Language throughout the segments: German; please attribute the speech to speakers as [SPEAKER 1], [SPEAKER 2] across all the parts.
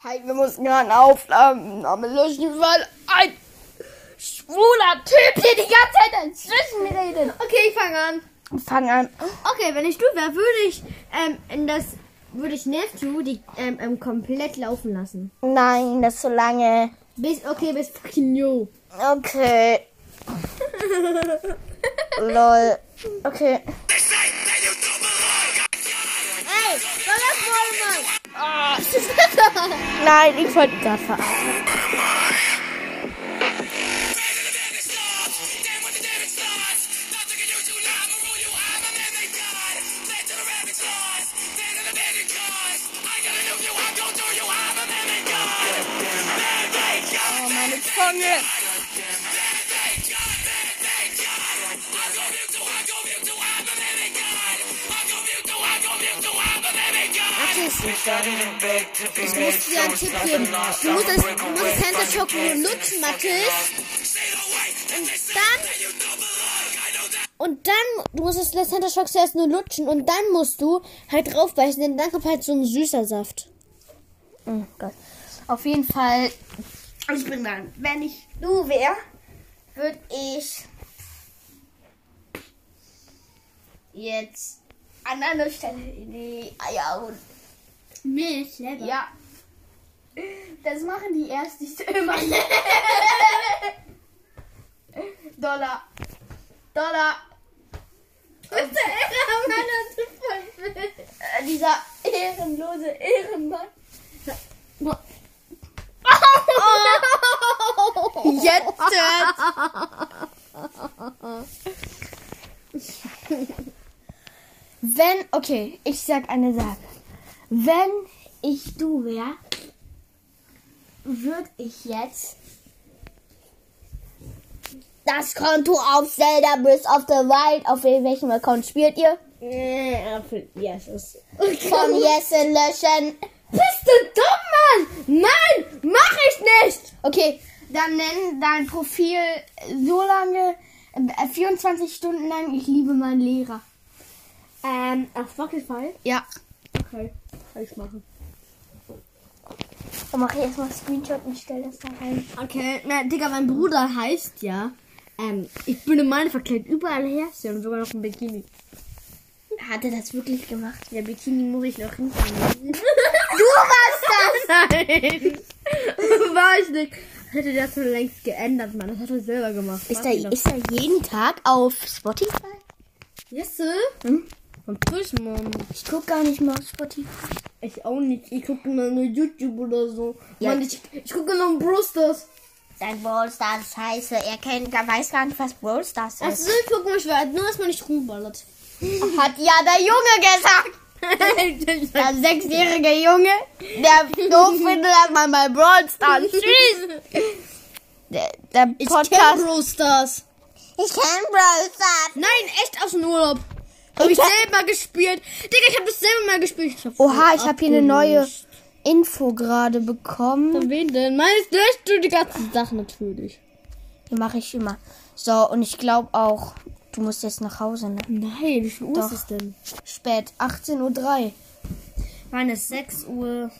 [SPEAKER 1] Hey, Halt, wir mussten gerade aufladen, aber löschen, weil ein schwuler Typ hier die ganze Zeit dazwischen redet.
[SPEAKER 2] Okay, ich fange an.
[SPEAKER 1] Fang an.
[SPEAKER 2] Okay, wenn ich du wäre, würde ich ähm, in das würde ich Neptune die ähm, ähm, komplett laufen lassen.
[SPEAKER 1] Nein, das ist so lange.
[SPEAKER 2] Bis okay, bis fucking yo.
[SPEAKER 1] Okay. Lol. Okay.
[SPEAKER 2] Ey, soll das wollen, Mann?
[SPEAKER 1] Nein, ich wollte gerade verarschen. Oh, meine Zunge.
[SPEAKER 2] Ich muss dir einen Tipp geben. Du musst das, du musst das Hände schocken lutschen, Mathis. Und dann. Und dann, du musst das Last Center Shock zuerst nur lutschen und dann musst du halt draufbeißen, denn dann kommt halt so ein süßer Saft.
[SPEAKER 1] Oh Gott. Auf jeden Fall. Ich bin dran. Wenn ich du wär, würde ich jetzt an einer Stelle in die Eier und
[SPEAKER 2] Milch, clever. Ja.
[SPEAKER 1] ja. Das machen die erst nicht immer. Dollar. Dollar. Äh, Dieser ehrenlose Ehrenmann. Jetzt. äh, Wenn, okay, ich sag eine Sache. Wenn ich du wär, würde ich jetzt das Konto auf Zelda Breath of the Wild, auf welchem Account spielt ihr?
[SPEAKER 2] Äh, Ja, es ist. Okay.
[SPEAKER 1] Von Jessen löschen.
[SPEAKER 2] Bist du dumm, Mann? Nein, mach ich nicht.
[SPEAKER 1] Okay, dann nenn dein Profil so lange, äh, 24 Stunden lang, ich liebe meinen Lehrer.
[SPEAKER 2] Ähm, auf Spotify?
[SPEAKER 1] Ja.
[SPEAKER 2] Okay, kann ich machen.
[SPEAKER 1] Dann mache ich erstmal Screenshot und stell das da rein.
[SPEAKER 2] Okay, na, Digga, mein Bruder heißt ja. Ähm, ich bin in meine verkleidet überall her. Sie haben sogar noch ein Bikini.
[SPEAKER 1] Hat er das wirklich gemacht?
[SPEAKER 2] Der Bikini muss ich noch hinten.
[SPEAKER 1] Du warst
[SPEAKER 2] Nein! War ich nicht. Hätte das schon längst geändert, Mann. Das hat er selber gemacht.
[SPEAKER 1] das! Ist er, ist er jeden Tag auf Spotify?
[SPEAKER 2] Jesse?
[SPEAKER 1] Hm?
[SPEAKER 2] Vom Tisch, Mann.
[SPEAKER 1] Ich guck gar nicht mal auf Spotify.
[SPEAKER 2] Ich auch nicht. Ich gucke immer nur YouTube oder so.
[SPEAKER 1] Ja.
[SPEAKER 2] Mann, ich, ich gucke nur um Brusters.
[SPEAKER 1] Sein Brawl Stars ist scheiße. Er kennt, er weiß gar nicht, was Brawl Stars ist.
[SPEAKER 2] Achso, Also, ich gucke mich weit. Nur, dass man nicht rumballert.
[SPEAKER 1] Hat ja der Junge gesagt. Der sechsjährige Junge, der doof findet, dass man bei Brawl Stars schießt. Der, der
[SPEAKER 2] Ich
[SPEAKER 1] Podcast.
[SPEAKER 2] kenne Brusters.
[SPEAKER 1] Ich kenn Brawl Stars.
[SPEAKER 2] Nein, echt aus dem Urlaub. Hab ich
[SPEAKER 1] Ich-
[SPEAKER 2] selber gespielt. Digga, ich hab das selber mal gespielt. Ich hab
[SPEAKER 1] Oha,
[SPEAKER 2] voll
[SPEAKER 1] ich habe hier eine neue
[SPEAKER 2] abgerutscht.
[SPEAKER 1] Info gerade bekommen.
[SPEAKER 2] Von wem denn? Meines löscht du die ganzen Sachen natürlich.
[SPEAKER 1] Die mache ich immer. So, und ich glaube auch, du musst jetzt nach Hause, ne?
[SPEAKER 2] Nein, wie viel Uhr
[SPEAKER 1] Doch.
[SPEAKER 2] ist es denn?
[SPEAKER 1] Spät, 18.03 Uhr.
[SPEAKER 2] Meine ist 6 Uhr.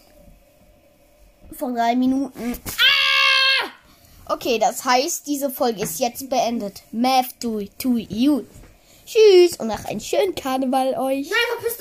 [SPEAKER 1] Vor drei Minuten. Ah! Okay, das heißt, diese Folge ist jetzt beendet. Math to, to you. Tschüss und noch einen schönen Karneval euch.
[SPEAKER 2] Nein, verpiss